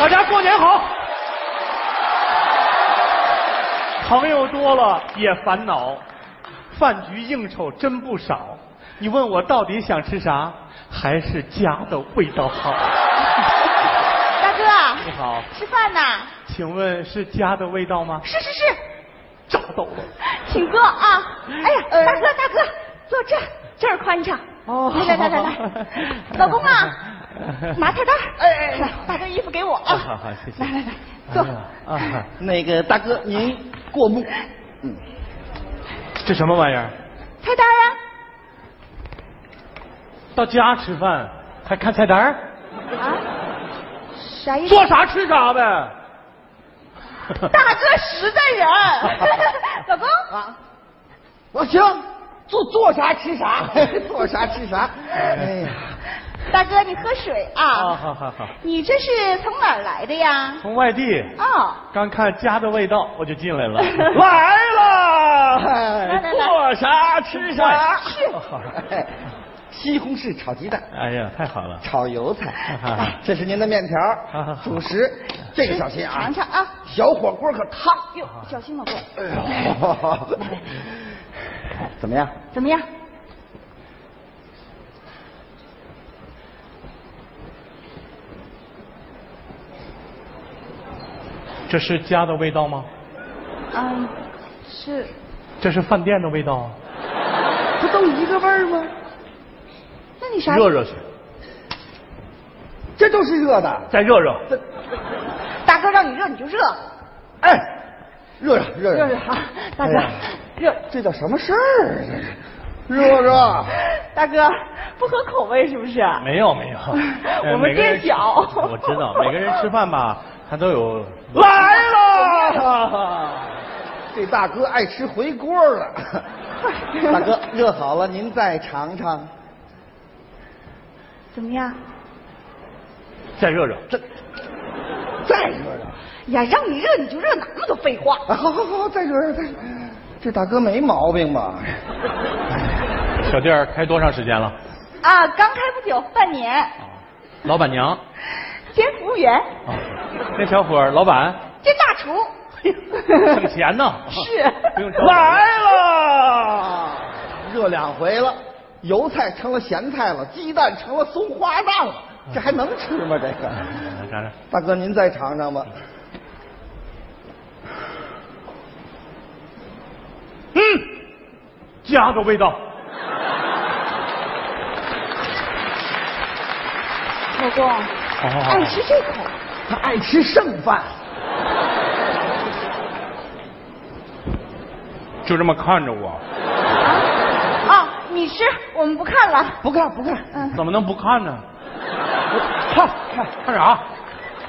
大家过年好。朋友多了也烦恼，饭局应酬真不少。你问我到底想吃啥，还是家的味道好。大哥，你好，吃饭呢？请问是家的味道吗？是是是，找到了。请坐啊！哎呀，大哥大哥，坐这儿，这儿宽敞。哦来来来 来来，老公 啊，麻菜单儿，哎哎，把这衣服给我啊！好好谢谢来来来，坐。啊，那个大哥，您过目。嗯，这什么玩意儿？菜单儿啊，到家吃饭还看菜单儿？啊，啥意思？做啥吃啥呗。 大哥实在人， 老公，啊我啊行，做做啥吃啥， 做啥吃啥。哎呀，大哥你喝水啊，啊。好好好，你这是从哪儿来的呀？从外地哦，刚看家的味道，我就进 来了。来来来做啥吃啥。哎西红柿炒鸡蛋，哎呀，太好了！炒油 菜，这是您的面条，主食，这个小心啊，尝尝啊。小火锅可烫。哟，小心老公，哎 呦，怎么样？怎么样？这是家的味道吗？嗯，是这是饭店的味道啊！不都一个味儿吗？那你啥？热去，这都是热的。再热热。大哥让你热你就热，哎，热热热热热热，啊，大哥哎呀，热。这叫什么事儿？这是热热。大哥不合口味是不是？没有 没有，呃我们店垫脚 我知道，每个人吃饭吧，他都有。来了！这大哥爱吃回锅 了。大哥，热好了，您再尝尝。怎么样？再热热，这再热热，呀，让你热你就热，哪那么多废话？啊，好好好，再热热，再热这大哥没毛病吧？小店儿开多长时间了？啊，刚开不久，半年，老板娘，兼服务员，啊那小伙儿老板兼大 厨。省钱呢，是不用着急来了，热两回了，油菜成了咸菜了，鸡蛋成了松花蛋了，这还能吃吗？这个，呃来尝尝，大哥您再尝尝吧。家的味道。哦老公，哎爱吃这口。他爱吃剩饭。就这么看着我，啊，你吃，我们不看了。不看不看，嗯怎么能不看呢？看看，看啥？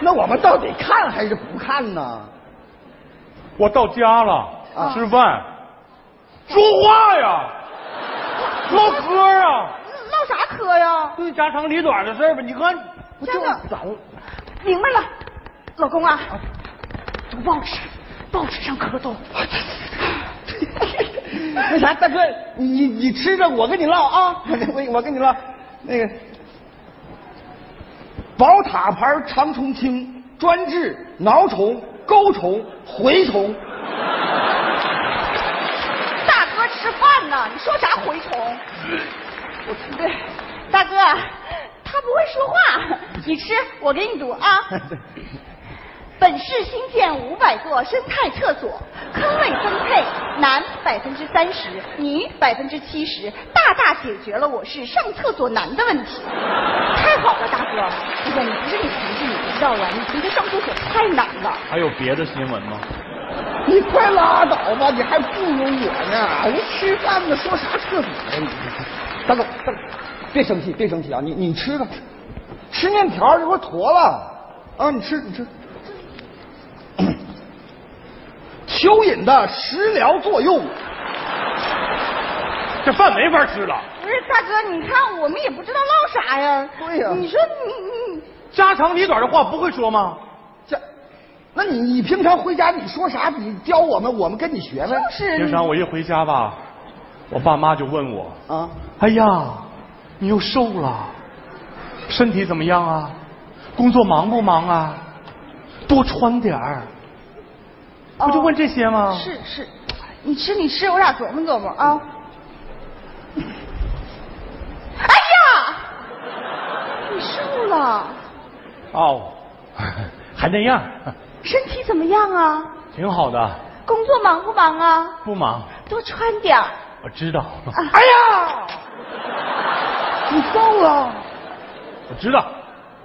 那我们到底看还是不看呢？我到家了，啊吃饭，说话 呀，唠嗑啊，唠啥嗑呀？对家长里短的事儿吧。你看，不真就的咱明白了，老公啊，读报纸，报纸上可 多。那啥，大哥，你你吃着，我跟你唠啊， 我我跟你唠，那个宝塔牌长虫清专治挠虫、钩虫、蛔虫。大哥吃饭呢，你说啥蛔虫？我对，大哥，他不会说话，你吃，我给你读 啊。本市新建五百座生态厕所，坑位分配男百分之三十，女百分之七十，大大解决了我市上厕所难的问题。太好了，大哥！哎呀，你不是你同志，你不知道啊，你觉得上厕所太难了。还有别的新闻吗？你快拉倒吧，你还不如我呢！你吃饭呢，说啥厕所呀你？大哥，大哥，别生气，别生气啊！你你吃吧，吃面条这不坨了啊！你吃，你 吃。蚯蚓的食疗作用，这饭没法吃了，不是大哥，你看我们也不知道唠啥呀。对呀你说你你家长里短的话不会说吗？这，那你你平常回家你说啥？你教我们，我们跟你学呗。就是啊平常我一回家吧，我爸妈就问我，啊，哎呀，你又瘦了，身体怎么样啊？工作忙不忙啊？多穿点儿。不就问这些哦吗？哦是是，你吃你吃，我俩琢磨琢磨啊。哎呀，你瘦了，哦， 还那样，身体怎么样啊？挺好的，工作忙不忙啊？不忙。多穿点儿。我知道， 哎呀，你瘦了，我知道，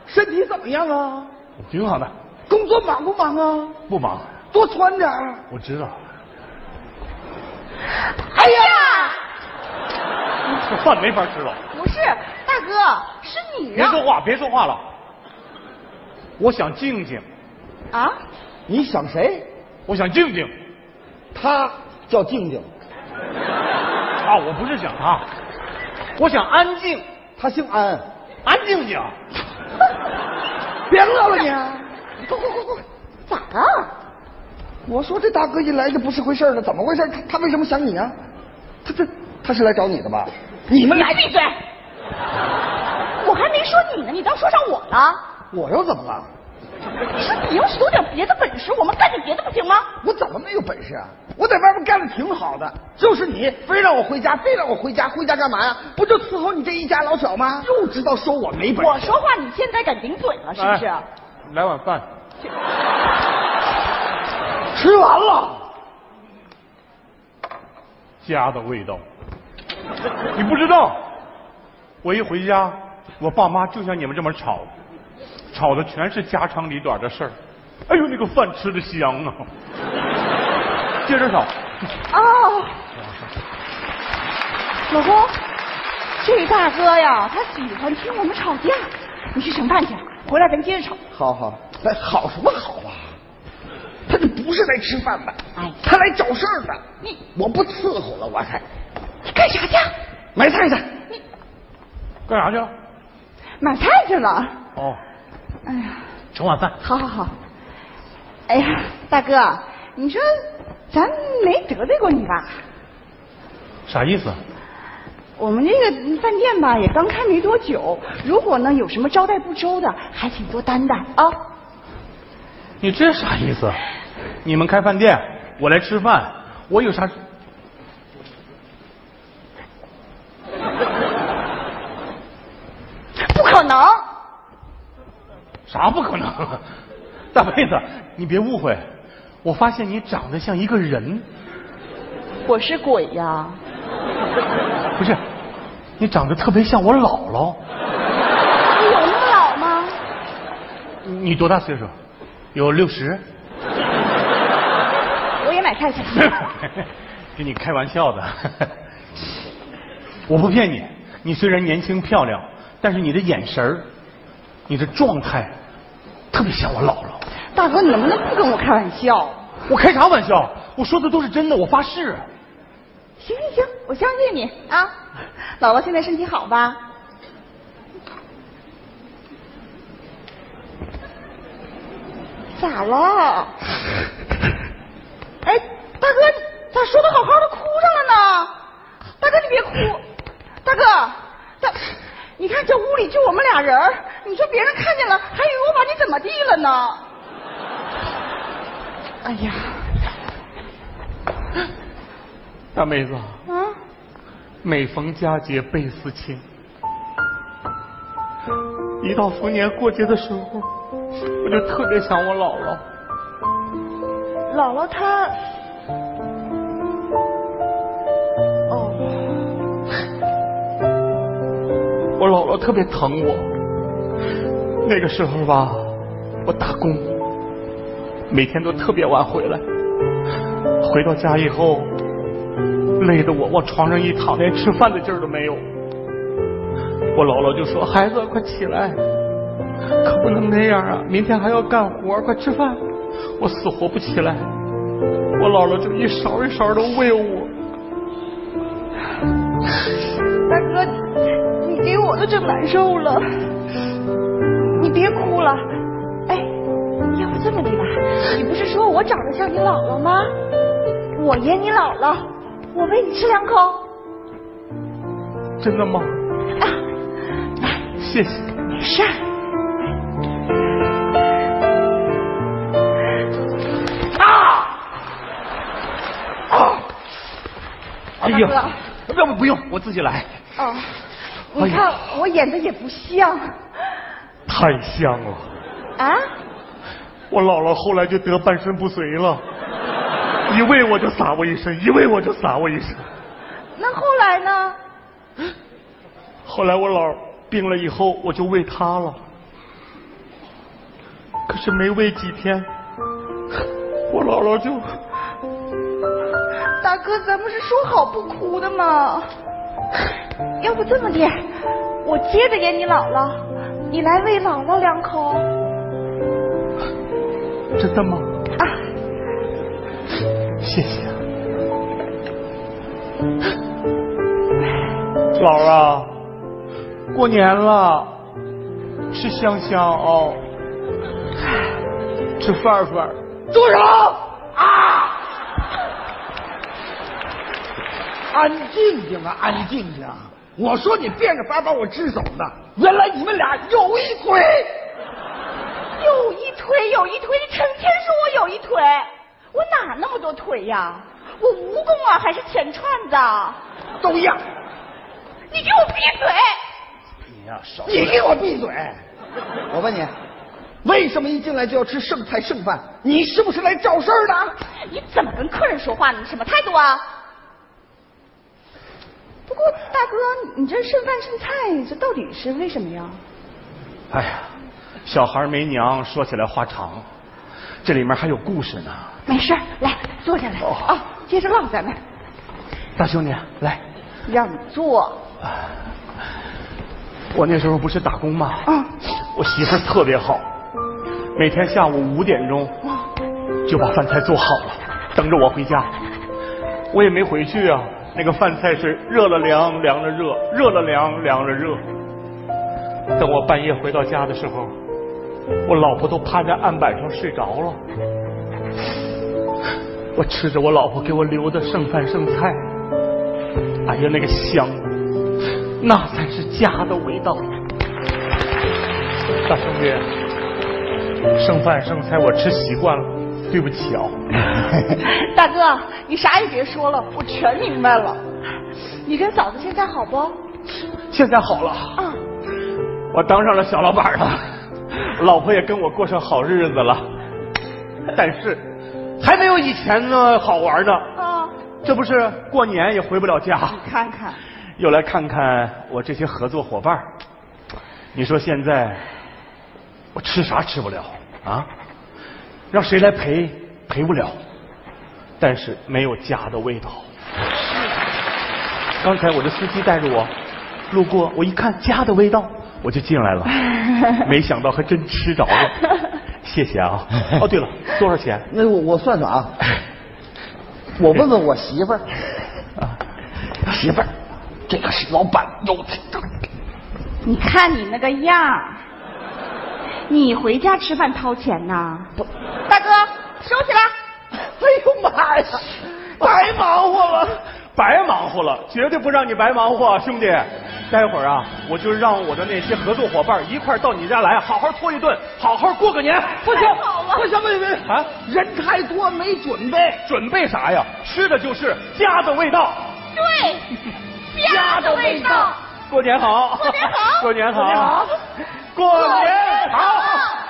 身体怎么样啊？挺好的，工作忙不忙啊？不忙。多穿点儿。我知道，哎呀，这饭没法吃了。不是大哥，是你啊别让说话，别说话了。我想静静，啊？你想谁？我想静静。他叫静静，啊，我不是想她，我想安静，他姓安。安静静。别乐了你！啊哎不不不不，咋了？我说这大哥一来就不是回事儿了，怎么回事儿？他他为什么想你啊？他这他是来找你的吧？你们俩，闭嘴！我还没说你呢，你倒说上我了。我又怎么了？你说你要是有点别的本事，我们干点别的不行吗？我怎么没有本事啊？我在外面干的挺好的，就是你非让我回家，非让我回家，回家干嘛呀？不就伺候你这一家老小吗？又知道说我没本事。我说话你现在敢顶嘴了是不是？啊哎来碗饭。吃完了，家的味道。你不知道，我一回家，我爸妈就像你们这么吵，吵的全是家长里短的事儿。哎呦，那个饭吃的香啊！接着吵，哦，老公，这大哥呀，他喜欢听我们吵架，你去盛饭去，回来咱接着吵。好好，哎，好什么好啊？他这不是来吃饭的，哎他来找事儿的。你我不伺候了，我还你干啥去？啊买菜去。你干啥去了？买菜去了？哦，哎呀，盛碗饭。好好好。哎呀，大哥，你说咱没得罪过你吧？啥意思？我们这个饭店吧也刚开没多久，如果呢有什么招待不周的，还请多担待啊。你这啥意思？你们开饭店，我来吃饭，我有啥？不可能，啥不可能？大妹子，你别误会，我发现你长得像一个人，我是鬼呀！不是，你长得特别像我姥姥。你有那么老吗？你多大岁数？有六十？我也买菜去。 跟你开玩笑的，我不骗你。你虽然年轻漂亮，但是你的眼神儿，你的状态，特别像我姥姥。大哥，你能不能不跟我开玩笑？我开啥玩笑？我说的都是真的，我发誓。啊行行行，我相信你啊。姥姥现在身体好吧？咋了？哎，大哥，咋说的好好的哭上了呢？大哥，你别哭，大哥，大，你看这屋里就我们俩人儿你说别人看见了，还以为我把你怎么地了呢？哎呀，大妹子，啊，每逢佳节倍思亲，一到逢年过节的时候，我就特别想我姥姥。姥姥她，哦。我姥姥特别疼我。那个时候吧，我打工，每天都特别晚回来。回到家以后，累得我往床上一躺，连吃饭的劲儿都没有。我姥姥就说：“孩子，快起来，可不能那样啊！明天还要干活，快吃饭。”我死活不起来，我姥姥就一勺一勺的喂我。大哥，你给我都整难受了，你别哭了。哎，要不这么的吧，你不是说我长得像你姥姥吗？我演你姥姥，我喂你吃两口。真的吗？ 啊，谢谢。没事儿。大呦哥。，要哎不不用，我自己来。哦，哎你呀看我演的也不像太香了，啊，我姥姥后来就得半身不遂了，一喂我就撒我一身，一喂我就撒我一身。那后来呢？后来我姥病了以后，我就喂她了。可是没喂几天，我姥姥就大哥，咱不是说好不哭的吗？要不这么的，我接着演你姥姥，你来喂姥姥两口真的吗？啊。谢啊谢。姥儿啊，过年了，吃香香哦，吃饭饭。住手！啊！安静静啊，安静静啊！我说你变着法把我支走的，原来你们俩有一腿。有一腿有一腿，你成天说我有一腿，我哪那么多腿呀？我蜈蚣啊，还是钱串子啊？都一样。你给我闭嘴！你哎呀、少你给我闭嘴！我问你，为什么一进来就要吃剩菜剩饭？你是不是来找事儿的？你怎么跟客人说话呢？你什么态度啊？不过大哥，你这剩饭剩菜，这到底是为什么呀？哎呀，小孩没娘，说起来话长，这里面还有故事呢。没事儿，来坐下来哦啊、接着唠咱们。大兄弟，来，让你坐，我那时候不是打工吗？嗯，我媳妇儿特别好，每天下午五点钟就把饭菜做好了，等着我回家。我也没回去啊，那个饭菜是热了凉，凉了热，热了凉，凉了热。等我半夜回到家的时候，我老婆都趴在案板上睡着了。我吃着我老婆给我留的剩饭剩菜，哎呀，那个香，那才是家的味道。大兄弟，剩饭剩菜我吃习惯了，对不起啊、大哥，你啥也别说了，我全明白了。你跟嫂子现在好不？现在好了，啊，我当上了小老板了，老婆也跟我过上好日子了，但是还没有以前呢好玩呢。啊，这不是过年也回不了家，你看看，又来看看我这些合作伙伴儿。你说现在我吃啥吃不了啊？让谁来陪陪不了，但是没有家的味道。 刚才我的司机带着我路过，我一看家的味道，我就进来了，没想到还真吃着了。谢谢啊！哦，对了，多少钱？那我我算算啊，我问问我媳妇 儿，媳妇儿，这个是老板有的。你看你那个样儿，你回家吃饭掏钱呐？不大哥，收起来。哎呦妈呀，白忙活了。白忙活了，绝对不让你白忙活啊，兄弟。待会儿啊，我就让我的那些合作伙伴一块儿到你家来，好好搓一顿，好好过个年。不行太好了，不行，不行，不行啊人太多没准备。准备啥呀？吃的就是家的味道。对， 家的味道。过年好！过年好过年好！过年好过年好！